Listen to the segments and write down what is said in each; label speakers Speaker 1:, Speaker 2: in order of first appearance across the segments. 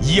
Speaker 1: 以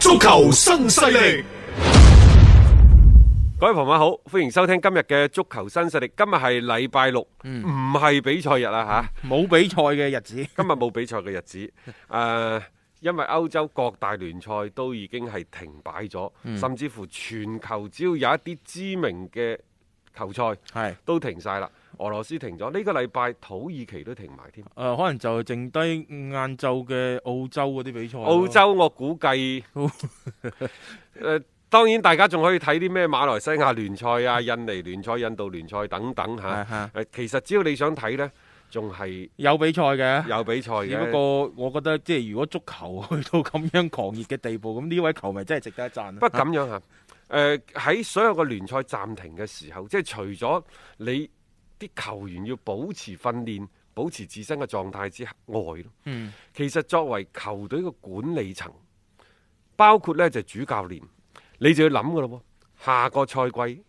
Speaker 1: 足球新勢力，
Speaker 2: 各位朋友好，歡迎收聽今日嘅足球新勢力。今日係禮拜六，唔係比賽日啦吓，
Speaker 3: 嗯冇比賽嘅日 子，
Speaker 2: 今日冇比賽嘅日子。誒、因為歐洲各大聯賽都已經係停擺咗，
Speaker 3: 嗯
Speaker 2: 甚至乎全球只要有一啲知名嘅球賽
Speaker 3: 係誒、
Speaker 2: 都停晒啦。俄羅斯停咗，呢、個禮拜土耳其都停埋添。
Speaker 3: 呃可能就剩低晏晝嘅澳洲嗰啲比賽咯。
Speaker 2: 澳洲我估計，
Speaker 3: 哦好
Speaker 2: 誒、當然大家仲可以睇啲咩馬來西亞聯賽 啊、印尼聯賽、印度聯賽等等嚇。
Speaker 3: 係係
Speaker 2: 誒，其實只要你想睇呢，仲係
Speaker 3: 有比賽嘅，
Speaker 2: 有比賽
Speaker 3: 只
Speaker 2: 嘅。
Speaker 3: 不過我覺得即係如果足球去到咁樣狂熱嘅地步，咁呢位球迷真係值得一讚啊
Speaker 2: 不過咁樣嚇，誒、喺所有嘅聯賽暫停嘅時候，即係除咗你啲球員要保持訓練、保持自身嘅狀態之外，
Speaker 3: 嗯
Speaker 2: 其實作為球隊嘅管理層，包括呢就係主教練，你就要諗噶咯喎，下個賽季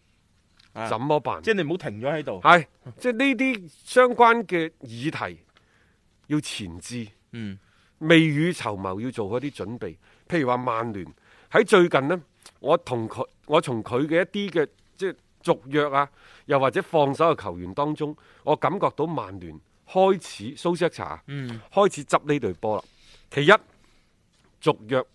Speaker 3: 啊
Speaker 2: 怎麼辦？
Speaker 3: 即係你唔好停咗喺度。
Speaker 2: 係即係呢啲相關嘅議題要前置，
Speaker 3: 嗯，
Speaker 2: 未雨綢繆要做好一啲準備。譬如話曼聯喺最近呢，我同佢我從佢嘅一啲嘅即係續約啊，又或者放手嘅球員當中，我感覺到曼聯開始蘇斯克查，啊
Speaker 3: 嗯，
Speaker 2: 開始執呢隊波啦。其一續約誒、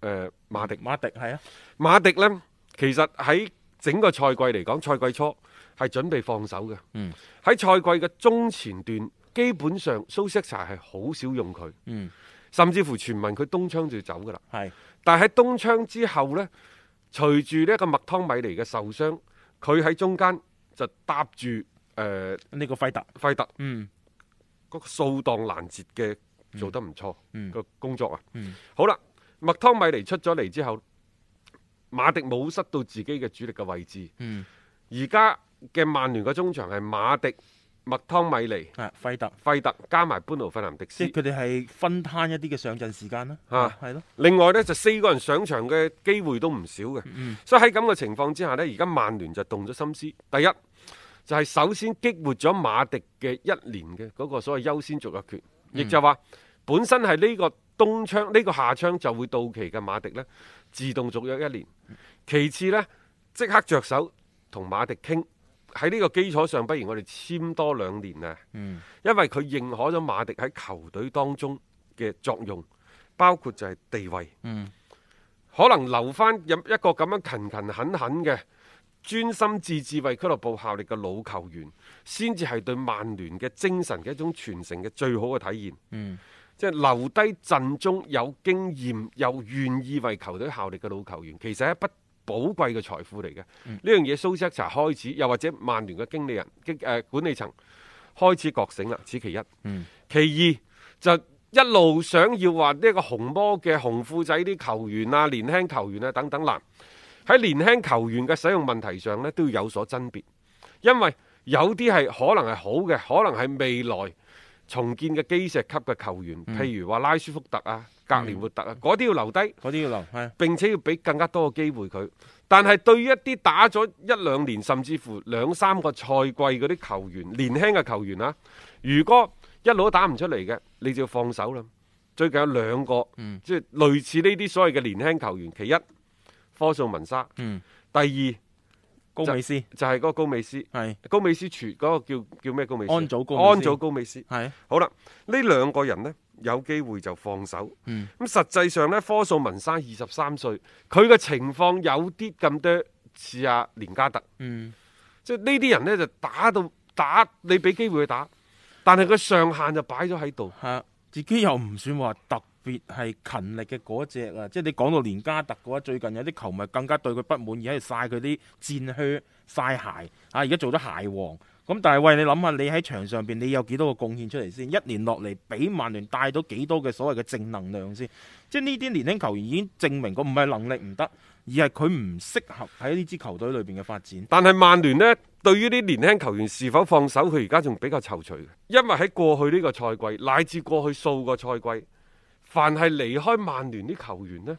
Speaker 2: 呃、馬迪。
Speaker 3: 馬迪係啊，
Speaker 2: 馬迪呢，其實喺整個賽季嚟講，賽季初係準備放手嘅。
Speaker 3: 嗯，
Speaker 2: 喺賽季嘅中前段，基本上蘇斯克查係好少用佢，
Speaker 3: 嗯，
Speaker 2: 甚至乎傳聞佢東窗就要走噶啦。
Speaker 3: 係
Speaker 2: 但係喺東窗之後呢，隨住呢一個麥湯米尼嘅受傷，佢喺中間就搭住誒、呃、
Speaker 3: 呢個費特。
Speaker 2: 費特
Speaker 3: 嗯，
Speaker 2: 嗰個掃蕩攔截嘅做得唔錯
Speaker 3: 嗯
Speaker 2: 個工作啊。
Speaker 3: 嗯
Speaker 2: 好啦，麥湯米尼出咗嚟之後，馬迪冇失到自己嘅主力嘅位置。
Speaker 3: 嗯，
Speaker 2: 而家嘅曼聯嘅中場係馬迪、麥湯米尼、
Speaker 3: 啊，費特，
Speaker 2: 費特加埋班奴費南迪斯。
Speaker 3: 即係佢哋係分攤一啲嘅上陣時間啦。
Speaker 2: 啊
Speaker 3: 係咯，
Speaker 2: 另外呢，就四個人上場嘅機會都唔少嘅。
Speaker 3: 嗯
Speaker 2: 所以喺咁嘅情況之下呢，而家曼聯就動咗心思。第一就係、首先激活咗馬迪嘅一年嘅嗰個所謂優先續約權，
Speaker 3: 嗯
Speaker 2: 亦就話本身係呢個冬窗、呢、個夏窗就會到期嘅馬迪呢，自動續約一年。其次呢，即刻着手同馬迪傾。喺呢個基礎上，不如我哋簽多兩年啊！
Speaker 3: 嗯
Speaker 2: 因為佢認可咗馬迪喺球隊當中嘅作用，包括就係地位。
Speaker 3: 嗯，
Speaker 2: 可能留翻一個咁樣勤勤懇懇嘅專心致志為俱樂部效力嘅老球員，先至係對曼聯嘅精神嘅一種傳承嘅最好嘅體現。
Speaker 3: 嗯，
Speaker 2: 即係留低陣中有經驗又願意為球隊效力嘅老球員，其實係一筆寶貴嘅財富嚟嘅。呢樣嘢蘇斯克查開始，又或者曼聯嘅經理人、經誒、管理層開始覺醒啦，此其一。
Speaker 3: 嗯
Speaker 2: 其二就一路想要話呢個紅魔嘅紅褲仔啲球員啊、年輕球員啊等等嗱，喺年輕球員嘅使用問題上呢，都要有所甄別，因為有啲係可能係好嘅，可能係未來重建嘅基石級嘅球員，
Speaker 3: 嗯
Speaker 2: 譬如話拉舒福特啊、格連活特啊，嗰啲、要留低。
Speaker 3: 嗰啲要留係。
Speaker 2: 並且要俾更加多嘅機會佢。但係對於一啲打咗一兩年甚至乎兩三個賽季嗰啲球員，年輕嘅球員啊，如果一路都打唔出嚟嘅，你就要放手啦。最近有兩個，
Speaker 3: 嗯
Speaker 2: 即係類似呢啲所謂嘅年輕球員，其一科素文沙，
Speaker 3: 嗯，
Speaker 2: 第二
Speaker 3: 高美斯
Speaker 2: 就係嗰個高美斯，
Speaker 3: 係
Speaker 2: 高美斯全嗰、個叫叫咩高美斯？啊
Speaker 3: 安祖高美斯
Speaker 2: 安祖高美斯。
Speaker 3: 係啊
Speaker 2: 好啦，呢兩個人呢，有機會就放手。咁、
Speaker 3: 嗯
Speaker 2: 實際上呢，科素文山二十三歲，佢嘅情況有啲咁多似阿連加特，
Speaker 3: 嗯，
Speaker 2: 即係呢啲人呢，就打到打，你俾機會佢打，但係佢上限就擺咗喺度。
Speaker 3: 係啊自己又唔算話特別係勤力嘅嗰只啊，即係你講到連加特嘅話，最近有啲球迷更加對佢不滿，而喺度晒佢啲戰靴、晒鞋啊，而家做咗鞋王。咁但係喂，你諗下，你喺場上邊你有幾多個貢獻出嚟先？一年落嚟，俾曼聯帶到幾多嘅所謂嘅正能量先？即係呢啲年輕球員已經證明過，唔係能力唔得，而係佢唔適合喺呢支球隊裏邊嘅發展。
Speaker 2: 但係曼聯呢，對於啲年輕球員是否放手，佢而家仲比較躊躇嘅，因為喺過去呢個賽季，乃至過去數個賽季，凡係離開曼聯啲球員呢，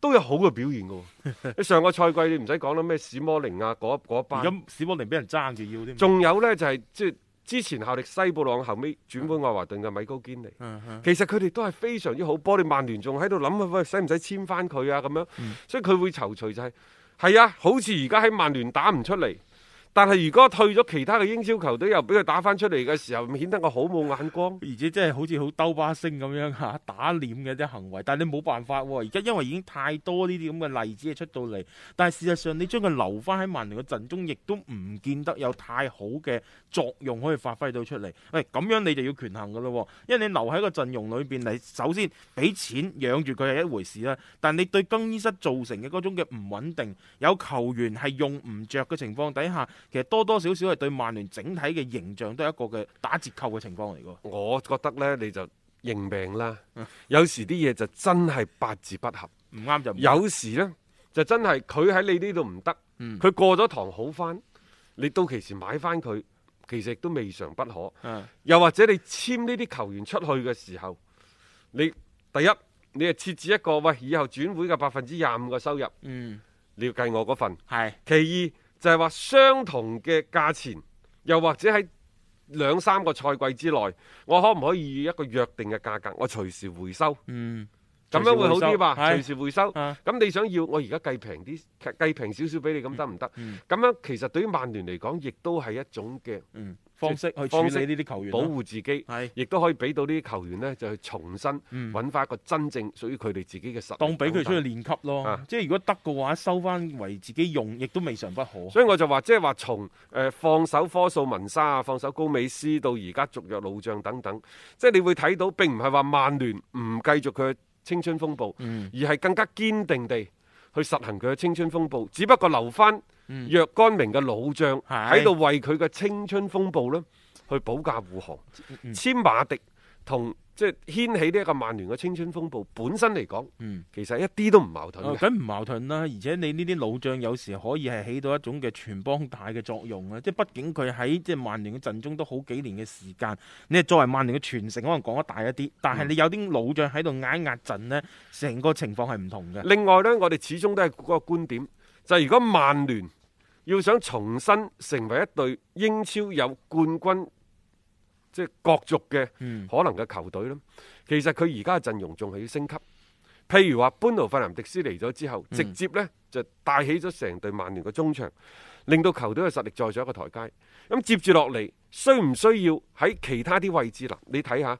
Speaker 2: 都有好嘅表現嘅喎。你上個賽季你唔使講啦，咩史摩寧啊嗰嗰班
Speaker 3: 而，家史波寧俾人爭住要添。
Speaker 2: 仲有呢，就係即係之前效力西布朗，後尾轉會愛華頓嘅米高堅尼。
Speaker 3: 嗯嗯
Speaker 2: 其實佢哋都係非常之好波，你曼聯仲喺度諗啊，喂，使唔使簽翻佢啊？咁樣，
Speaker 3: 嗯
Speaker 2: 所以佢會躊躇就係、係啊，好似而家喺曼聯打唔出嚟，但係如果退咗其他嘅英超球隊又俾佢打翻出嚟嘅時候，顯得我好冇眼光。
Speaker 3: 而且真係好似好兜巴星咁樣嚇打臉嘅啲行為，但係你冇辦法喎。而家因為已經太多呢啲咁嘅例子出到嚟，但係事實上你將佢留翻喺曼聯嘅陣中，亦都唔見得有太好嘅作用可以發揮到出嚟。喂，咁樣你就要權衡噶咯喎，因為你留喺個陣容裏邊，你首先俾錢養住佢係一回事啦，但你對更衣室造成嘅嗰種嘅唔穩定，有球員係用唔着嘅情況底下，其實多多少少係對曼聯整體嘅形象都係一個嘅打折扣嘅情況嚟㗎喎。
Speaker 2: 我覺得呢，你就認命啦。有時啲嘢就真係八字不合，
Speaker 3: 唔啱就唔啱
Speaker 2: 有時呢，就真係佢喺你呢度唔得，
Speaker 3: 嗯
Speaker 2: 佢過咗堂好翻，你到其時買翻佢，其實亦都未嘗不可。
Speaker 3: 嗯
Speaker 2: 又或者你簽呢啲球員出去嘅時候，你第一你係設置一個喂以後轉會嘅百分之廿五嘅收入，
Speaker 3: 嗯
Speaker 2: 你要計我嗰份。
Speaker 3: 係
Speaker 2: 其二就係話相同嘅價錢，又或者喺兩三個賽季之內，我可唔可以以一個約定嘅價格，我隨時回收？
Speaker 3: 嗯
Speaker 2: 咁樣會好啲吧？
Speaker 3: 隨
Speaker 2: 隨
Speaker 3: 時
Speaker 2: 時回收。
Speaker 3: 啊
Speaker 2: 咁你想要，我而家計平啲，計計平少少俾你，咁得唔得？咁樣其實對於曼聯嚟講，亦都係一種嘅
Speaker 3: 嗯方式去處
Speaker 2: 方式
Speaker 3: 理呢啲球員
Speaker 2: 保
Speaker 3: 咯
Speaker 2: 護自己
Speaker 3: 係，嗯
Speaker 2: 亦都可以俾到呢啲球員呢，就去重新揾翻一個真正屬於佢哋自己嘅實力。
Speaker 3: 當俾佢出去。練級咯，
Speaker 2: 啊
Speaker 3: 即係如果得嘅話，收翻為自己用，亦都未嘗不可。
Speaker 2: 所以我就話，即係話從誒、呃放手科素文沙啊，放手高美斯到而家續約老將等等，即係你會睇到並唔係話曼聯唔繼續佢嘅青春風暴，
Speaker 3: 嗯
Speaker 2: 而係更加堅定地去實行佢嘅青春風暴，只不過留翻若干名嘅老將
Speaker 3: 嗯係
Speaker 2: 喺度為佢嘅青春風暴呢去保駕護航。
Speaker 3: 嗯
Speaker 2: 簽馬迪同即係掀起呢一個曼聯嘅青春風暴，本身嚟講，
Speaker 3: 嗯
Speaker 2: 其實一啲都唔矛盾
Speaker 3: 哦
Speaker 2: 嘅。
Speaker 3: 梗唔矛盾啦，而且你呢啲老將有時可以係起到一種嘅全幫帶嘅作用啊！即係畢竟佢喺即係曼聯嘅陣中都好幾年嘅時間，你係作為曼聯嘅傳承可能講得大一啲，但
Speaker 2: 嗯
Speaker 3: 係你有啲老將喺度壓一壓陣呢，成個情況係唔同嘅。
Speaker 2: 另外呢，我哋始終都係嗰個觀點，就係、如果曼聯要想重新成為一隊英超有冠軍即係角逐嘅
Speaker 3: 嗯
Speaker 2: 可能嘅球隊咧，其實佢而家嘅陣容仲係要升級。譬如話，班奴費南迪斯嚟咗之
Speaker 3: 嗯
Speaker 2: 後，直接呢就帶起咗成隊曼聯嘅中場，令到球隊嘅實力再上一個台階。咁接住落嚟，需唔需要喺其他啲位置嗱？你睇下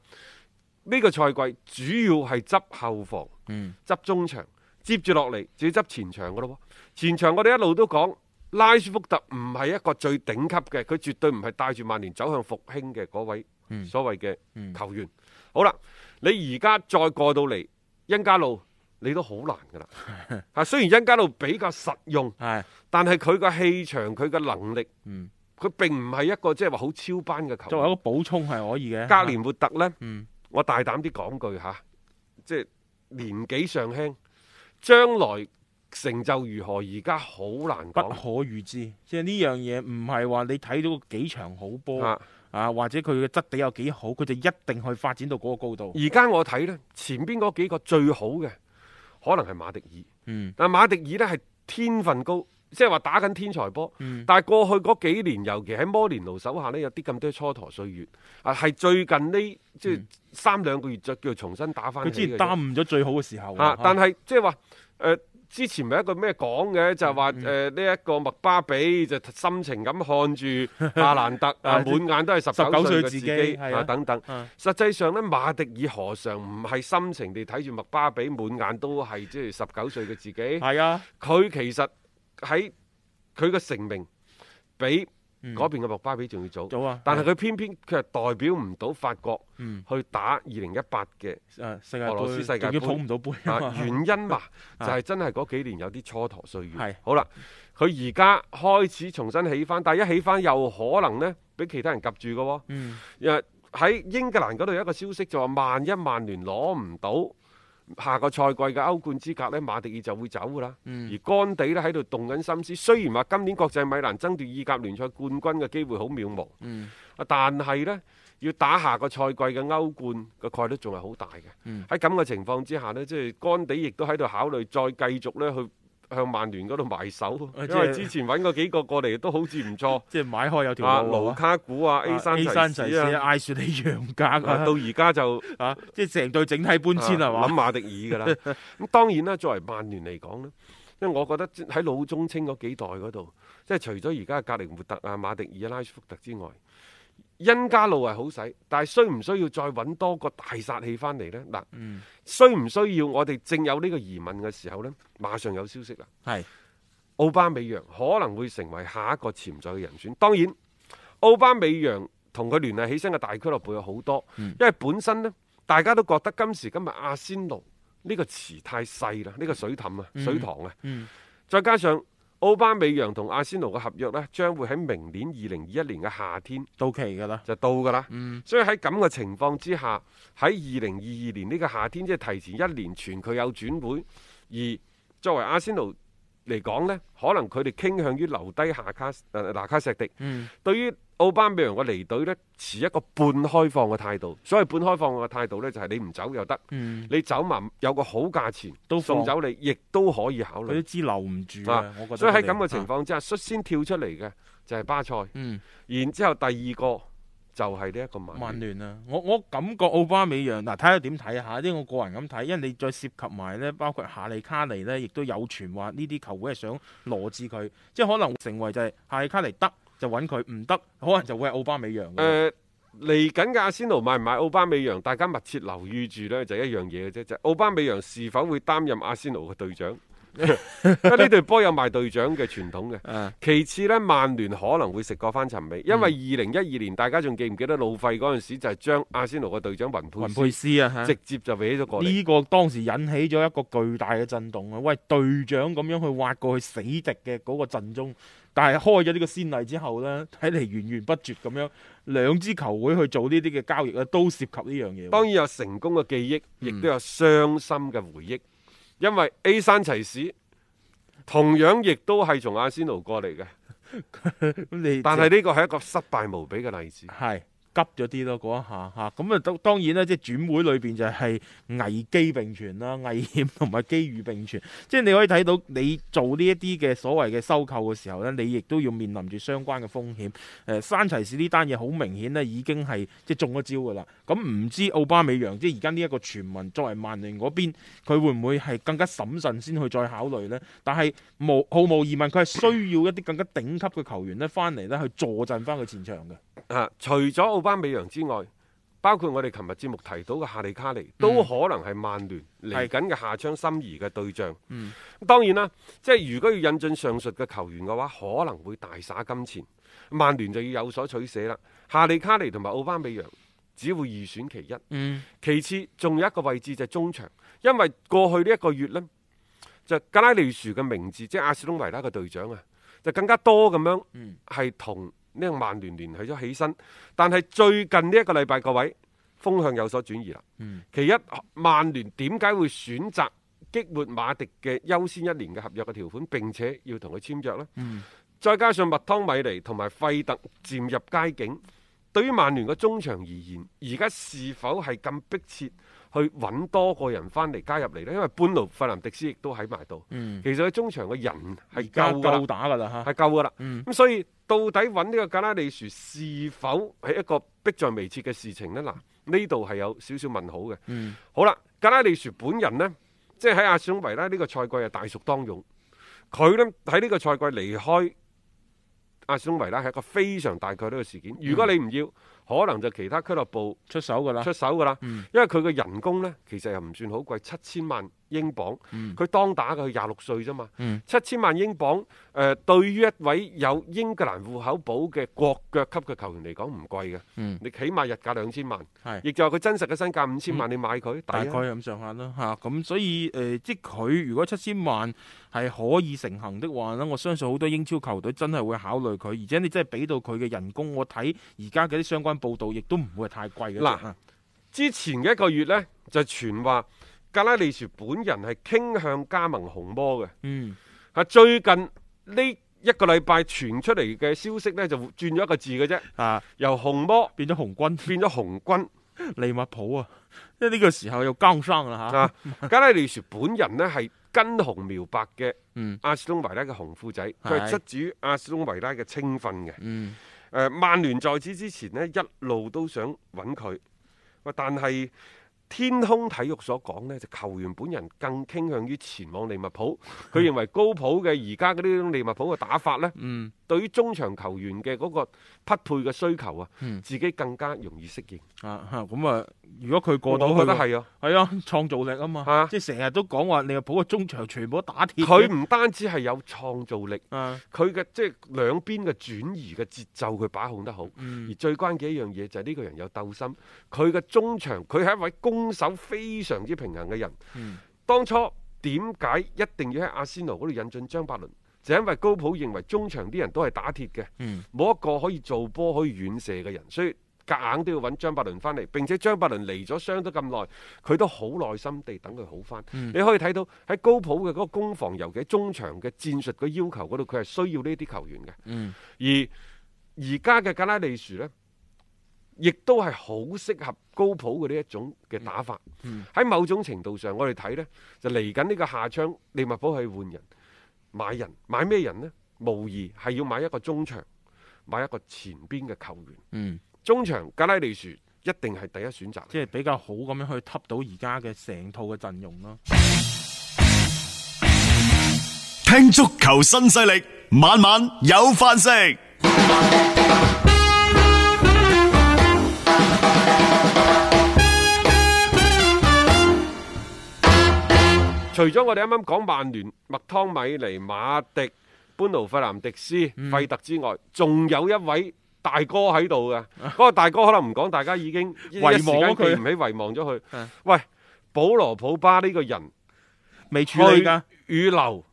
Speaker 2: 呢個賽季主要係執後防。
Speaker 3: 嗯，
Speaker 2: 執中場，接住落嚟就要執前場噶咯喎。前場我哋一路都講，拉舒福特唔係一個最頂級嘅，佢絕對唔係帶住曼聯走向復興嘅嗰位
Speaker 3: 嗯
Speaker 2: 所謂嘅球員。好啦，你而家再過到嚟恩加路，你都好難噶啦。 啊，雖然恩加路比較實用，
Speaker 3: 係
Speaker 2: 但係佢個氣場、佢嘅能力，
Speaker 3: 嗯
Speaker 2: 佢並唔係一個即係話好超班嘅球
Speaker 3: 作為
Speaker 2: 員。
Speaker 3: 一個補充係可以嘅。
Speaker 2: 格連活特呢。
Speaker 3: 啊嗯。
Speaker 2: 我大膽啲講句吓，即係年紀尚輕，將來成就如何，而家好難
Speaker 3: 不
Speaker 2: 講
Speaker 3: 可。預知，即係呢樣嘢唔係話你睇到幾場好波啊
Speaker 2: 啊
Speaker 3: 或者佢嘅質地有幾好，佢就一定去發展到嗰個高度。
Speaker 2: 而家我睇呢，前邊嗰幾個最好嘅，可能係馬迪爾。
Speaker 3: 嗯，
Speaker 2: 但馬迪爾呢係天分高，即係話打緊天才波。
Speaker 3: 嗯
Speaker 2: 但係過去嗰幾年，尤其喺摩連奴手下呢，有啲咁多蹉跎歲月。啊，係最近呢，即係三兩個月就叫重新打翻
Speaker 3: 嗯佢
Speaker 2: 起嘅啫。
Speaker 3: 之前耽誤咗最好嘅時候
Speaker 2: 啊！但
Speaker 3: 係
Speaker 2: 係即係話誒，之前咪一個咩講嘅，就係話誒呢一個麥巴比就心情咁看 住阿蘭特啊，
Speaker 3: 啊
Speaker 2: 滿眼都係十
Speaker 3: 19
Speaker 2: 九歲
Speaker 3: 歲
Speaker 2: 嘅
Speaker 3: 嘅自
Speaker 2: 自
Speaker 3: 己
Speaker 2: 己
Speaker 3: 係啊
Speaker 2: 啊等等
Speaker 3: 啊。
Speaker 2: 實際上呢，馬迪爾何嘗唔係心情地睇住麥巴比，滿眼都係即係十九歲嘅自己？
Speaker 3: 係啊，
Speaker 2: 佢其實喺佢嘅成名比嗰邊嘅莫巴比仲要嗯早。
Speaker 3: 早啊
Speaker 2: 但係佢偏偏佢係代表唔到法國
Speaker 3: 嗯
Speaker 2: 去打二零一八嘅
Speaker 3: 誒啊世界
Speaker 2: 俄羅斯世界
Speaker 3: 盃仲
Speaker 2: 盃，
Speaker 3: 要捧唔到杯啊
Speaker 2: 啊
Speaker 3: 嘛，
Speaker 2: 原因嘛，就
Speaker 3: 啊
Speaker 2: 係真係嗰幾年有啲蹉跎歲月。
Speaker 3: 係
Speaker 2: 好啦，佢而家開始重新起翻，但係一起翻又可能呢，俾其他人夾住嘅喎。
Speaker 3: 嗯
Speaker 2: 誒喺英格蘭嗰度有一個消息就話，萬一曼聯攞唔到下個賽季嘅歐冠資格呢，馬迪爾就會走噶啦。
Speaker 3: 嗯
Speaker 2: 而干地呢喺度動緊心思，雖然話今年國際米蘭爭奪意甲聯賽冠軍嘅機會好渺茫，
Speaker 3: 嗯
Speaker 2: 啊但係呢，要打下個賽季嘅歐冠嘅概率仲係好大嘅
Speaker 3: 嗯。
Speaker 2: 喺咁嘅情況之下呢，即係干地亦都喺度考慮再繼續呢去。向曼聯嗰度埋手，
Speaker 3: 啊即
Speaker 2: 因
Speaker 3: 係
Speaker 2: 為之前揾過幾個過嚟都好似唔錯，
Speaker 3: 即係買開有
Speaker 2: 啊
Speaker 3: 條路
Speaker 2: 盧
Speaker 3: 啊
Speaker 2: 卡古啊 A 山
Speaker 3: A 山齊
Speaker 2: 齊
Speaker 3: 士
Speaker 2: 斯啊
Speaker 3: 啊，，艾雪利楊格
Speaker 2: 啊
Speaker 3: 啊
Speaker 2: 到，而家就
Speaker 3: 啊即係成隊整體搬遷係
Speaker 2: 啊諗馬
Speaker 3: 嘛？
Speaker 2: 迪爾㗎 啦。咁當然啦，作為曼聯嚟講呢，因為我覺得喺老中青嗰幾代嗰度，即係除咗而家嘅格林活特啊、馬迪爾啊、拉舒福特之外，恩加路係好使，但係需唔需要再揾多個大殺器翻嚟呢？嗱，
Speaker 3: 嗯
Speaker 2: 需唔需要我哋正有呢個疑問嘅時候呢，馬上有消息啦。
Speaker 3: 係
Speaker 2: 奧巴美揚可能會成為下一個潛在嘅人選。當然，奧巴美揚同佢聯繫起身嘅大俱樂部有好多，
Speaker 3: 嗯
Speaker 2: 因為本身呢，大家都覺得今時今日阿仙奴呢個池太細啦，呢、個水凼啊、水塘啊，
Speaker 3: 嗯
Speaker 2: 再加上奧巴美揚同阿仙奴嘅合約呢，將會喺明年二零二一年嘅夏天
Speaker 3: 到期㗎啦，
Speaker 2: 就到㗎啦。
Speaker 3: 嗯
Speaker 2: 所以喺咁嘅情況之下，喺二零二二年呢個夏天，即係提前一年全佢有轉會，而作為阿仙奴嚟講呢，可能佢哋傾向於留低下卡誒拿卡石迪。
Speaker 3: 嗯
Speaker 2: 對於奧巴美揚嘅離隊呢，持一個半開放嘅態度。所謂半開放嘅態度呢，就係你唔走又得，
Speaker 3: 嗯，
Speaker 2: 你走埋有個好價錢
Speaker 3: 都放
Speaker 2: 送走你，亦都可以考
Speaker 3: 佢都
Speaker 2: 慮。
Speaker 3: 知留唔住
Speaker 2: 嗯啊
Speaker 3: 啊，我覺得
Speaker 2: 所以喺
Speaker 3: 佢哋
Speaker 2: 咁嘅情
Speaker 3: 啊
Speaker 2: 況之下，率先跳出嚟嘅就係巴塞，
Speaker 3: 嗯。
Speaker 2: 然之後第二個就係呢一個曼聯
Speaker 3: 曼聯啊，我我感覺奧巴美揚嗱，睇下點睇下，因為我個人咁睇，因為你再涉及埋咧，包括夏利卡尼咧，亦都有傳話呢啲球會係想羅致佢，即係可能成為就係夏利卡尼得就揾佢，唔得可能就會係奧巴美揚
Speaker 2: 誒
Speaker 3: 㗎。
Speaker 2: 呃嚟緊嘅阿仙奴買唔買奧巴美揚？大家密切留意住呢，就一樣嘢嘅啫，就係奧巴美揚是否會擔任阿仙奴嘅隊 長？因為呢隊波有賣隊長嘅傳統 嘅。
Speaker 3: 啊
Speaker 2: 其次呢，曼聯可能會食過翻尋味，因
Speaker 3: 嗯
Speaker 2: 為二零一二年大家仲記唔記得路費嗰陣時就係將阿仙奴嘅隊長雲
Speaker 3: 雲
Speaker 2: 佩
Speaker 3: 佩
Speaker 2: 斯
Speaker 3: 斯啊，嚇
Speaker 2: 直接就搲咗過嚟。
Speaker 3: 呢個當時引起咗一個巨大嘅震動啊！喂，隊長咁樣去挖過去死敵嘅嗰個陣中，但係開咗呢個先例之後呢，睇嚟源源不絕咁樣，兩支球會去做呢啲嘅交易啊，都涉及呢樣嘢喎。
Speaker 2: 當然有成功嘅記憶，亦都有傷心嘅回憶，因為 A 山齊士同樣亦都係從阿仙奴過嚟嘅。
Speaker 3: 咁你
Speaker 2: 但係呢個係一個失敗無比嘅例子。
Speaker 3: 係急咗啲咯，嗰一下嚇，咁啊當當然啦，即係轉會裏邊就係危機並存啦， 危險同埋機遇並存。即係你可以睇到你做呢一啲嘅所謂嘅收購嘅時候呢，你亦都要面臨住相關嘅風險。誒、山齊士呢單嘢好明顯呢已經係即係中咗招㗎啦。咁唔知奧巴美揚即係而家呢一個傳聞，作為曼聯嗰邊，佢會唔會係更加審慎先去再考慮呢？但係無毫無疑問，佢係需要一啲更加頂級嘅球員呢翻嚟呢去坐鎮翻佢前場嘅。
Speaker 2: 啊，除咗奧巴美揚之外，包括我哋琴日節目提到嘅夏利卡尼，
Speaker 3: 嗯
Speaker 2: 都可能係曼聯嚟緊嘅下窗心儀嘅對象。
Speaker 3: 嗯，
Speaker 2: 當然啦，即係如果要引進上述嘅球員嘅話，可能會大灑金錢，曼聯就要有所取捨啦。夏利卡尼同埋奧巴美揚只會二選其一。
Speaker 3: 嗯，
Speaker 2: 其次，仲有一個位置就係中場，因為過去呢一個月呢，就格拉利殊嘅名字，即係阿斯通維拉嘅隊長啊，就更加多咁樣
Speaker 3: 嗯
Speaker 2: 係同呢個曼聯聯繫咗起身。但係最近呢一個禮拜，各位風向有所轉移啦。
Speaker 3: 嗯
Speaker 2: 其一，曼聯點解會選擇激活馬迪嘅優先一年嘅合約嘅條款，並且要同佢簽約呢？
Speaker 3: 嗯
Speaker 2: 再加上麥湯米尼同埋費特漸入佳境，對於曼聯嘅中場而言，而家是否係咁迫切去揾多個人翻嚟加入嚟呢？因為班奴費南迪斯亦都喺埋度，
Speaker 3: 嗯，
Speaker 2: 其實佢中場嘅人
Speaker 3: 而
Speaker 2: 係
Speaker 3: 家
Speaker 2: 夠㗎
Speaker 3: 夠
Speaker 2: 啦，
Speaker 3: 打噶啦吓，
Speaker 2: 係夠㗎啦。
Speaker 3: 嗯
Speaker 2: 咁所以到底揾呢個格拉利殊是否係一個迫在眉睫嘅事情呢？嗱，呢度係有少少問號嘅。
Speaker 3: 嗯
Speaker 2: 好啦，格拉利殊本人呢，即係喺阿斯隆維拉呢個賽季係大熟當用。佢呢，喺呢個賽季離開阿斯隆維拉係一個非常大概率嘅事件。如果
Speaker 3: 嗯
Speaker 2: 你唔要，可能就其他俱樂部
Speaker 3: 出手噶啦
Speaker 2: 出，手㗎啦，
Speaker 3: 啊嗯
Speaker 2: 因為佢嘅人工呢，其實又唔算好貴，七千萬英鎊，
Speaker 3: 嗯
Speaker 2: 佢當打嘅佢廿六歲啫嘛
Speaker 3: 嗯，
Speaker 2: 七千萬英鎊，誒、呃對於一位有英格蘭戶口簿嘅國腳級嘅球員嚟講唔貴嘅，
Speaker 3: 嗯
Speaker 2: 你起碼日價兩千萬，
Speaker 3: 係嗯
Speaker 2: 亦就係佢真實嘅身價五千萬，你買佢抵
Speaker 3: 大概
Speaker 2: 啊！
Speaker 3: 咁上下啦嚇，咁、所以誒、呃即係佢如果七千萬係可以成行的話咧，我相信好多英超球隊真係會考慮佢，而且你真係俾到佢嘅人工，我睇而家嗰啲相關報道亦都唔會係太貴嘅。
Speaker 2: 嗱，之前嘅一個月呢，就傳話格拉利殊本人係傾向加盟紅魔嘅。
Speaker 3: 嗯，
Speaker 2: 啊，最近呢一個禮拜傳出嚟嘅消息呢，就轉咗一個字嘅啫，
Speaker 3: 啊
Speaker 2: 由紅魔
Speaker 3: 變咗紅軍
Speaker 2: 變咗紅軍
Speaker 3: 利物浦啊，即係呢個時候又更生啦嚇。
Speaker 2: 啊！加拉利殊本人呢，係跟紅苗白嘅
Speaker 3: 嗯
Speaker 2: 阿斯隆維拉嘅紅褲仔，佢係
Speaker 3: 係
Speaker 2: 出自於阿斯隆維拉嘅青訓嘅。
Speaker 3: 嗯，
Speaker 2: 誒、曼聯在此之前呢，一路都想揾佢，喂但係天空體育所講呢，就球員本人更傾向於前往利物 浦。佢認為高普嘅而家嗰啲利物浦嘅打法呢，
Speaker 3: 嗯，
Speaker 2: 對於中場球員嘅嗰個匹配嘅需求啊，
Speaker 3: 嗯
Speaker 2: 自己更加容易適應。
Speaker 3: 啊嚇，咁啊，如果佢過到去，
Speaker 2: 我覺得係啊，
Speaker 3: 係啊，創造力啊嘛，
Speaker 2: 啊
Speaker 3: 即係成日都講話利物浦嘅中場全部都打鐵嘅。
Speaker 2: 佢唔單止係有創造力，
Speaker 3: 啊，
Speaker 2: 佢嘅即係兩邊嘅轉移嘅節奏佢把控得好。而
Speaker 3: 嗯
Speaker 2: 最關鍵一樣嘢就係呢個人有鬥心，佢嘅中場佢係一位攻守非常之平衡嘅人。
Speaker 3: 嗯
Speaker 2: 當初點解一定要喺阿仙奴嗰度引進張伯倫？就因為高普認為中場啲人都係打鐵嘅，
Speaker 3: 嗯
Speaker 2: 冇一個可以做波可以遠射嘅人，所以夾硬都要揾張伯倫翻嚟。並且張伯倫嚟咗傷咗咁耐，佢都好耐心地等佢好翻。
Speaker 3: 嗯
Speaker 2: 你可以睇到喺高普嘅嗰個攻防，尤其喺中場嘅戰術嘅要求嗰度，佢係需要呢啲球員嘅。
Speaker 3: 嗯
Speaker 2: 而而家嘅格拉利殊呢，亦都係好適合高普嘅呢一種嘅打法。喺、
Speaker 3: 嗯
Speaker 2: 某種程度上，我哋睇呢，就嚟緊呢個下窗，利物浦去換人、買人、買咩人呢？無疑係要買一個中場，買一個前邊嘅球員。
Speaker 3: 嗯。
Speaker 2: 中場格拉利殊一定係第一選擇。
Speaker 3: 即係比較好咁樣去吸到而家嘅成套嘅陣容咯。
Speaker 4: 聽足球新勢力，晚晚有飯食。
Speaker 2: 除咗我哋啱啱講曼聯、麥湯米尼、馬迪、班奴費南迪斯、
Speaker 3: 嗯
Speaker 2: 費特之外，仲有一位大哥喺度 嘅。嗰個大哥可能唔講，大家已經
Speaker 3: 遺忘
Speaker 2: 一
Speaker 3: 咗佢
Speaker 2: 時間記唔起，遺忘咗 佢
Speaker 3: 嗯。
Speaker 2: 喂，保羅普巴呢個人
Speaker 3: 未處理㗎，
Speaker 2: 去與留，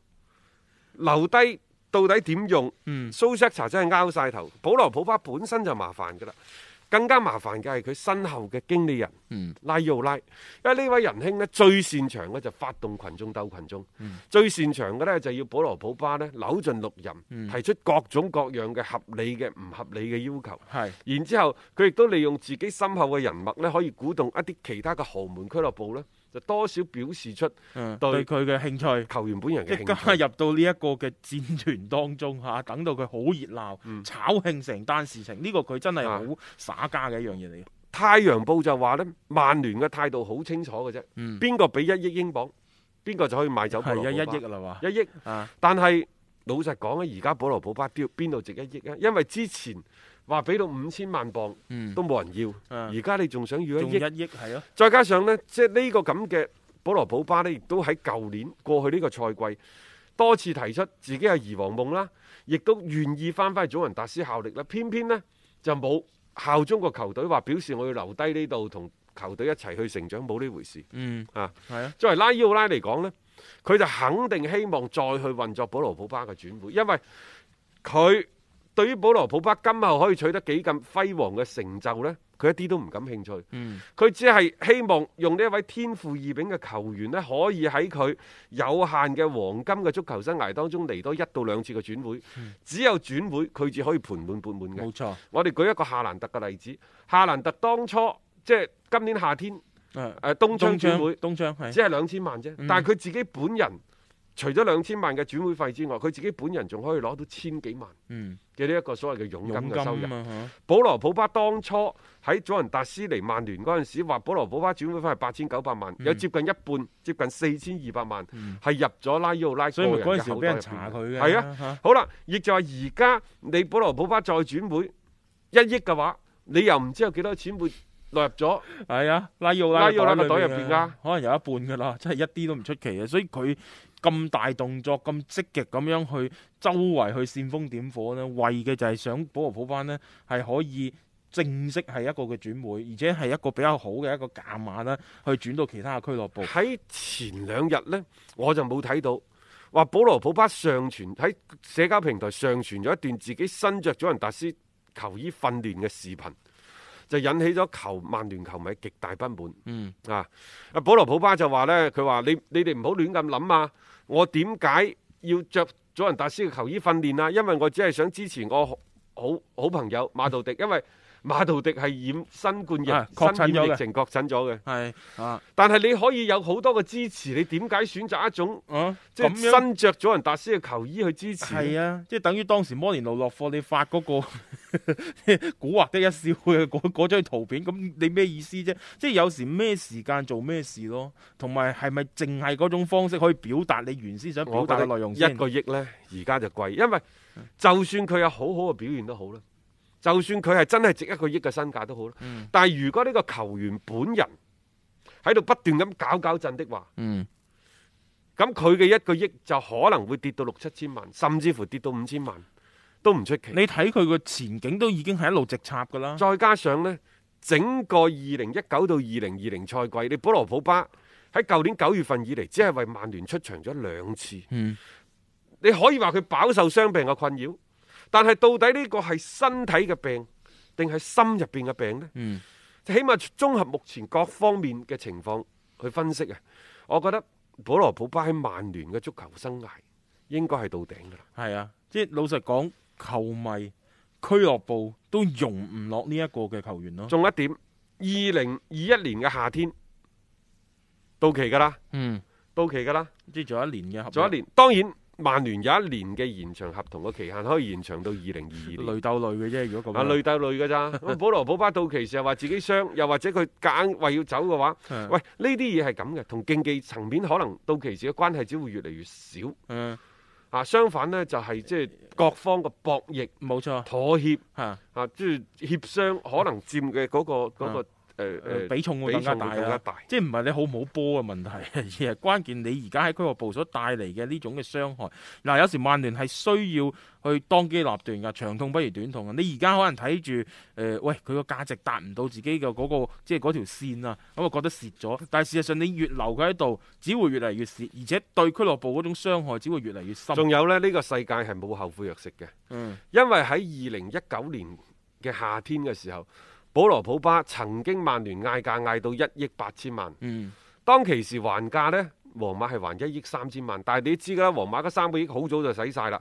Speaker 2: 留低到底點用？
Speaker 3: 嗯
Speaker 2: 蘇塞查真係拗晒頭。保羅普巴本身就麻煩㗎啦，更加麻煩嘅係佢身後嘅經理人。
Speaker 3: 嗯
Speaker 2: 拉要拉，因為呢位仁兄呢，最擅長嘅就發動群眾鬥群眾，
Speaker 3: 嗯
Speaker 2: 最擅長嘅呢，就要保羅普巴呢扭盡六壬，
Speaker 3: 嗯
Speaker 2: 提出各種各樣嘅合理嘅唔合理嘅要求。
Speaker 3: 係
Speaker 2: 然之後，佢亦都利用自己深厚嘅人脈呢，可以鼓動一啲其他嘅豪門俱樂部呢，就多少表示出
Speaker 3: 嗯
Speaker 2: 對
Speaker 3: 對佢嘅興趣。
Speaker 2: 球員本人
Speaker 3: 即
Speaker 2: 嘅
Speaker 3: 係
Speaker 2: 興
Speaker 3: 加
Speaker 2: 趣。
Speaker 3: 入到呢一個嘅戰團當中嚇，等到佢好熱鬧，
Speaker 2: 嗯
Speaker 3: 炒興成單事情，呢、個佢真係
Speaker 2: 啊
Speaker 3: 好耍家嘅一樣嘢嚟嘅。
Speaker 2: 太陽報就話呢，曼聯嘅態度好清楚嘅啫，
Speaker 3: 嗯，
Speaker 2: 邊個俾一億英鎊，邊個就可以買走保
Speaker 3: 係
Speaker 2: 羅
Speaker 3: 一
Speaker 2: 普巴
Speaker 3: 一億啦嘛，
Speaker 2: 一億。
Speaker 3: 啊，
Speaker 2: 但係老實講啊咧，而家保羅普巴丟邊度值一億啊？因為之前話俾到五千萬磅
Speaker 3: 嗯，
Speaker 2: 都冇人要，
Speaker 3: 啊
Speaker 2: 而家你仲想要一
Speaker 3: 仲
Speaker 2: 億？
Speaker 3: 一億係咯，
Speaker 2: 再加上呢，即係呢個咁嘅保羅普巴呢，亦都喺舊年過去呢個賽季多次提出自己係兒皇夢啦，亦都願意翻返去祖雲達斯效力啦。偏偏呢，就冇效忠個球隊，話表示我要留低呢度同球隊一齊去成長，冇呢回事。
Speaker 3: 嗯
Speaker 2: 啊，
Speaker 3: 係啊，
Speaker 2: 作為拉伊奧拉嚟講呢，佢就肯定希望再去運作保羅普巴嘅轉會，因為佢對於保羅普巴今後可以取得幾咁輝煌嘅成就呢，佢一啲都唔感興趣。
Speaker 3: 嗯
Speaker 2: 佢只係希望用呢一位天賦異稟嘅球員呢，可以喺佢有限嘅黃金嘅足球生涯當中嚟多一到兩次嘅轉會。只有轉會，佢至可以盤滿缽滿嘅。
Speaker 3: 嗯冇錯，
Speaker 2: 我哋舉一個夏蘭特嘅例子，夏蘭特當初即係今年夏天誒、
Speaker 3: 誒
Speaker 2: 呃、冬窗轉會。
Speaker 3: 嗯東窗係嗯
Speaker 2: 只係兩千萬啫。但係佢自己本人除咗兩千萬嘅轉會費之外，佢自己本人仲可以攞到千幾萬
Speaker 3: 嗯
Speaker 2: 嘅呢一個所謂嘅佣金
Speaker 3: 佣
Speaker 2: 嘅收入
Speaker 3: 金。啊嚇，
Speaker 2: 保羅普巴當初喺祖雲達斯嚟曼聯嗰陣時，話保羅普巴轉會費係八千九百萬，
Speaker 3: 嗯
Speaker 2: 有接近一半，接近四千二百萬係、入咗拉伊奧拉個
Speaker 3: 所以咪
Speaker 2: 人
Speaker 3: 嗰
Speaker 2: 嘅
Speaker 3: 陣時
Speaker 2: 口袋入
Speaker 3: 俾人查佢
Speaker 2: 邊。
Speaker 3: 嘅，
Speaker 2: 係啊，
Speaker 3: 嚇，
Speaker 2: 好啦，亦就話而家你保羅普巴再轉會一億嘅話，你又唔知有幾多錢會落入咗。
Speaker 3: 係啊，拉奧
Speaker 2: 拉
Speaker 3: 奧
Speaker 2: 奧拉
Speaker 3: 個
Speaker 2: 個袋入邊
Speaker 3: 邊
Speaker 2: 㗎，
Speaker 3: 啊可能有一半㗎啦，真係一啲都唔出奇嘅。所以佢咁大動作、咁積極咁樣去周圍去煽風點火呢，為嘅就係想保羅普班呢係可以。正式係一個嘅轉會，而且係一個比較好嘅一個價碼啦，去轉到其他嘅俱樂部。
Speaker 2: 喺前兩日呢，我就冇睇到話保羅普巴上傳喺社交平台上傳咗一段自己身着咗人達斯球衣訓練嘅視頻，就引起咗球曼聯球迷極大不滿。
Speaker 3: 嗯，
Speaker 2: 啊，阿保羅普巴就話呢，佢話你你哋唔好亂咁諗啊！我點解要着佐仁達斯嘅球衣訓練啊？因為我只係想支持我好好好朋友馬道迪，因為馬道迪係染新冠疫、
Speaker 3: 啊確診咗嘅
Speaker 2: 新染疫情確診咗嘅。
Speaker 3: 係啊，
Speaker 2: 但係你可以有好多嘅支持，你點解選擇一種
Speaker 3: 啊，
Speaker 2: 即
Speaker 3: 咁樣
Speaker 2: 係身着佐仁達斯嘅球衣去支持呢？
Speaker 3: 係啊，即係等於當時摩連奴落課，你發嗰、個 古惑得一笑嘅嗰嗰張圖片，咁你咩意思啫？即係有時咩時間做咩事咯，同埋係咪淨係嗰種方式可以表達你原先想表
Speaker 2: 我覺
Speaker 3: 達
Speaker 2: 得
Speaker 3: 嘅內容
Speaker 2: 一
Speaker 3: 先？
Speaker 2: 個億呢，而家就貴，因為就算佢有好好嘅表現都好啦，就算佢係真係值一個億嘅身價都好啦。
Speaker 3: 嗯
Speaker 2: 但係如果呢個球員本人喺度不斷咁搞搞震的話，
Speaker 3: 嗯，
Speaker 2: 咁佢嘅一個億就可能會跌到六七千萬，甚至乎跌到五千萬都唔出奇。
Speaker 3: 你睇佢個前景都已經係一路直插噶啦。
Speaker 2: 再加上呢，整個二零一九到二零二零賽季，你保羅普巴喺舊年九月份以嚟，只係為曼聯出場咗兩次。
Speaker 3: 嗯
Speaker 2: 你可以話佢飽受傷病嘅困擾，但係到底呢個係身體嘅病，定係心入邊嘅病呢？
Speaker 3: 嗯，
Speaker 2: 起碼綜合目前各方面嘅情況去分析啊，我覺得保羅普巴喺曼聯嘅足球生涯應該係到頂㗎啦。
Speaker 3: 係啊，即係老實講，球迷、俱樂部都容唔落呢一個嘅球員咯。
Speaker 2: 仲有一點，二零二一年嘅夏天到期㗎啦，
Speaker 3: 嗯，
Speaker 2: 到期㗎啦。
Speaker 3: 即係仲有一年嘅合
Speaker 2: 仲有一
Speaker 3: 約
Speaker 2: 年，當然曼聯有一年嘅延長合同嘅期限可以延長到二零二二年。
Speaker 3: 累鬥累嘅啫。如果咁
Speaker 2: 啊，
Speaker 3: 樣
Speaker 2: 累鬥累㗎咋？咁保羅普巴到期時又話自己傷，又或者佢夾硬話要走嘅話，
Speaker 3: 嗯
Speaker 2: 喂，呢啲嘢係咁嘅，同競技層面可能到期時嘅關係只會越嚟越少。
Speaker 3: 嗯，
Speaker 2: 啊，相反呢，就係即係各方嘅博弈、
Speaker 3: 冇錯
Speaker 2: 妥協
Speaker 3: 嚇。
Speaker 2: 啊，即係協商可能佔嘅嗰個嗰個誒誒
Speaker 3: 誒啊呃比重會更加大
Speaker 2: 呃
Speaker 3: 啊
Speaker 2: 比重會更加
Speaker 3: 啦
Speaker 2: 大，
Speaker 3: 即係唔係你好唔好波嘅問題， 而係關鍵你而家喺俱樂部所帶嚟嘅呢種嘅傷害。嗱，有時曼聯係需要去當機立斷㗎，長痛不如短痛啊！你而家可能睇住誒，喂佢個價值達唔到自己嘅嗰、個即係嗰條線啊，咁啊覺得蝕咗。但係事實上你越留佢喺度，只會越嚟越蝕，而且對俱樂部嗰種傷害只會越嚟越深。
Speaker 2: 仲有呢，呢個世界係冇後悔藥食嘅。
Speaker 3: 嗯
Speaker 2: 因為喺二零一九年嘅夏天嘅時候，保羅普巴曾經曼聯嗌價嗌到一億八千萬，
Speaker 3: 嗯，
Speaker 2: 當其時還價呢，皇馬係還一億三千萬，但係你知㗎啦，皇馬嗰三個億好早就使晒啦，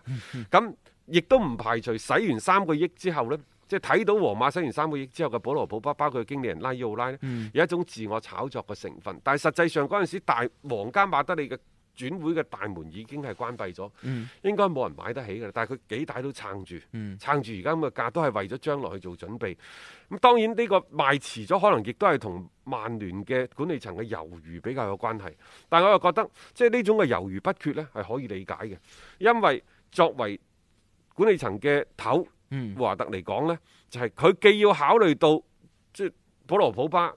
Speaker 2: 咁亦都唔排除使完三個億之後呢，即係睇到皇馬使完三個億之後嘅保羅普巴，包括佢經理人拉伊奧拉呢，有一種自我炒作嘅成分，但係實際上嗰陣時大皇家馬德里嘅。轉會嘅大門已經係關閉咗，應該冇人買得起㗎啦。但係佢幾大都撐住，撐住而家咁嘅價都係為咗將來去做準備。咁當然呢個賣遲咗，可能亦都係同曼聯嘅管理層嘅猶豫比較有關係。但係我又覺得，即係呢種嘅猶豫不決呢係可以理解嘅，因為作為管理層嘅頭
Speaker 3: 嗯
Speaker 2: 華特嚟講呢就係、佢既要考慮到即係保羅普巴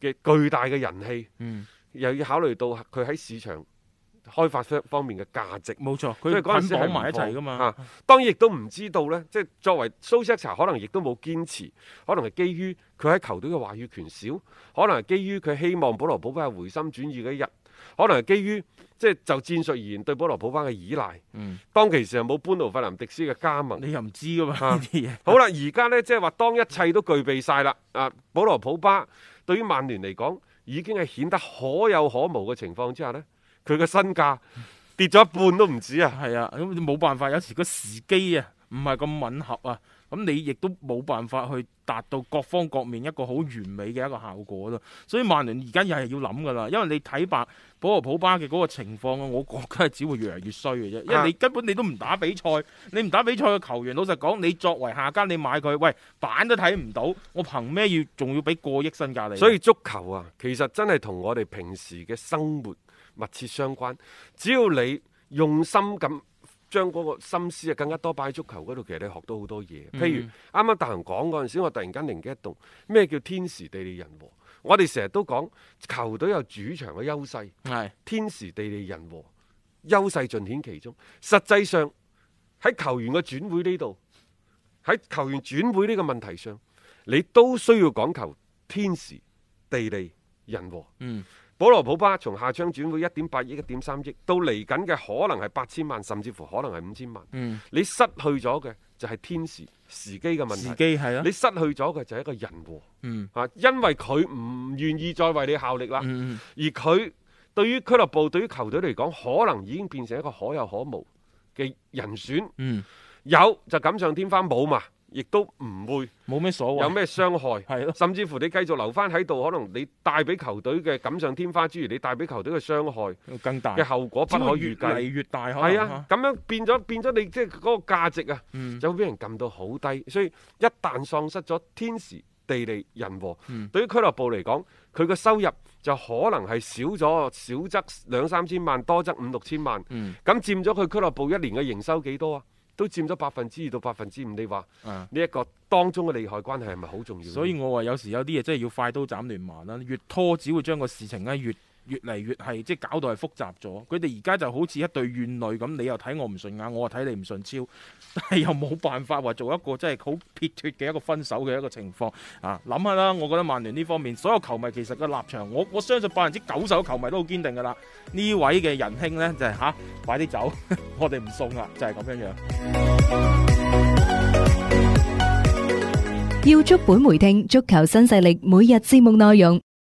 Speaker 2: 嘅巨大嘅人氣，
Speaker 3: 嗯
Speaker 2: 又要考慮到佢喺市場開發商方面嘅價值。
Speaker 3: 冇錯，
Speaker 2: 所以
Speaker 3: 佢
Speaker 2: 嗰陣
Speaker 3: 捆
Speaker 2: 時係
Speaker 3: 綁埋一
Speaker 2: 唔放
Speaker 3: 齊㗎嘛
Speaker 2: 啊。當然亦都唔知道呢，即係作為蘇斯查，可能亦都冇堅持，可能係基於佢喺球隊嘅話語權少，可能係基於佢希望保羅普巴係回心轉意嘅一日，可能係基於即係就戰術而言對保羅普巴嘅依賴。
Speaker 3: 嗯
Speaker 2: 當其時又冇班奴費林迪斯嘅加盟。
Speaker 3: 你又唔知㗎嘛
Speaker 2: 啊
Speaker 3: 呢啲嘢。
Speaker 2: 好啦，而家呢，即係話當一切都具備晒啦，啊，保羅普巴對於曼聯嚟講已經係顯得可有可無嘅情況之下呢，佢嘅身價跌咗一半都唔止啊！
Speaker 3: 係啊，咁冇辦法，有時個時機啊，唔係咁吻合啊，咁你亦都冇辦法去達到各方各面一個好完美嘅一個效果咯。所以曼聯而家又係要諗噶啦，因為你睇白保羅普巴嘅嗰個情況啊，我覺得係只會越嚟越衰嘅
Speaker 2: 啊
Speaker 3: 啫，因為你根本你都唔打比賽，你唔打比賽嘅球員，老實講，你作為下家你買佢，喂板都睇唔到，我憑咩要仲要俾過億身價你？
Speaker 2: 所以足球啊，其實真係同我哋平時嘅生活密切相關。只要你用心咁將嗰個心思啊更加多擺喺足球嗰度，其實你學到好多嘢。譬如啱啱大雄講嗰陣時，我突然間靈機一動，咩叫天時地利人和？我哋成日都講球隊有主場嘅優勢，
Speaker 3: 係
Speaker 2: 天時地利人和，優勢盡顯其中。實際上喺球員嘅轉會呢度，喺球員轉會呢個問題上，你都需要講求天時地利人和。
Speaker 3: 嗯，
Speaker 2: 保羅普巴從下窗轉會一點八億、一點三億，到嚟緊嘅可能係八千萬，甚至乎可能係五千萬。
Speaker 3: 嗯，
Speaker 2: 你失去咗嘅就係天時時機嘅問
Speaker 3: 自
Speaker 2: 題。
Speaker 3: 己係啦
Speaker 2: 你，失去咗嘅就係一個人和，
Speaker 3: 嗯
Speaker 2: 啊，因為佢唔願意再為你效力啦，
Speaker 3: 嗯嗯
Speaker 2: 而佢對於俱樂部、對於球隊嚟講，可能已經變成一個可有可無嘅人選，
Speaker 3: 嗯，
Speaker 2: 有就錦上添花，冇嘛，亦都唔會
Speaker 3: 冇咩所謂，
Speaker 2: 有咩傷害。
Speaker 3: 係咯，
Speaker 2: 甚至乎你繼續留翻喺度，可能你帶俾球隊嘅錦上添花之餘，你帶俾球隊嘅傷害
Speaker 3: 更大
Speaker 2: 嘅後果不
Speaker 3: 啊只
Speaker 2: 可
Speaker 3: 會越
Speaker 2: 預
Speaker 3: 嚟
Speaker 2: 計。
Speaker 3: 越大，可能
Speaker 2: 係啊，，咁樣變咗變咗，你即係嗰個價值啊，
Speaker 3: 嗯
Speaker 2: 就會俾人撳到好低。所以一旦喪失咗天時地利人和，
Speaker 3: 嗯
Speaker 2: 對於俱樂部嚟講，佢嘅收入就可能係少咗，少則兩三千萬，多則五六千萬。咁、
Speaker 3: 嗯
Speaker 2: 佔咗佢俱樂部一年嘅營收幾多啊？都佔咗百分之二到百分之五。你話
Speaker 3: 啊
Speaker 2: 呢一個當中嘅利害關係係咪好重要呢？
Speaker 3: 所以我話有時有啲嘢真係要快刀斬亂麻啦，越拖只會將個事情咧越越嚟越係即係搞到係複雜咗。佢哋而家就好似一對怨侶咁，你又睇我唔順眼，我又睇你唔順超， 但係又冇辦法話做一個真係好撇脱嘅一個分手嘅一個情況啊！諗下啦，我覺得曼聯呢方面所有球迷其實個立場，我我相信百分之九十嘅球迷都好堅定㗎啦。呢位嘅仁兄呢，就係、吓、快啲走， 我哋唔送啦，就係、咁樣樣。
Speaker 5: 要足本回聽足球新勢力每日節目內容，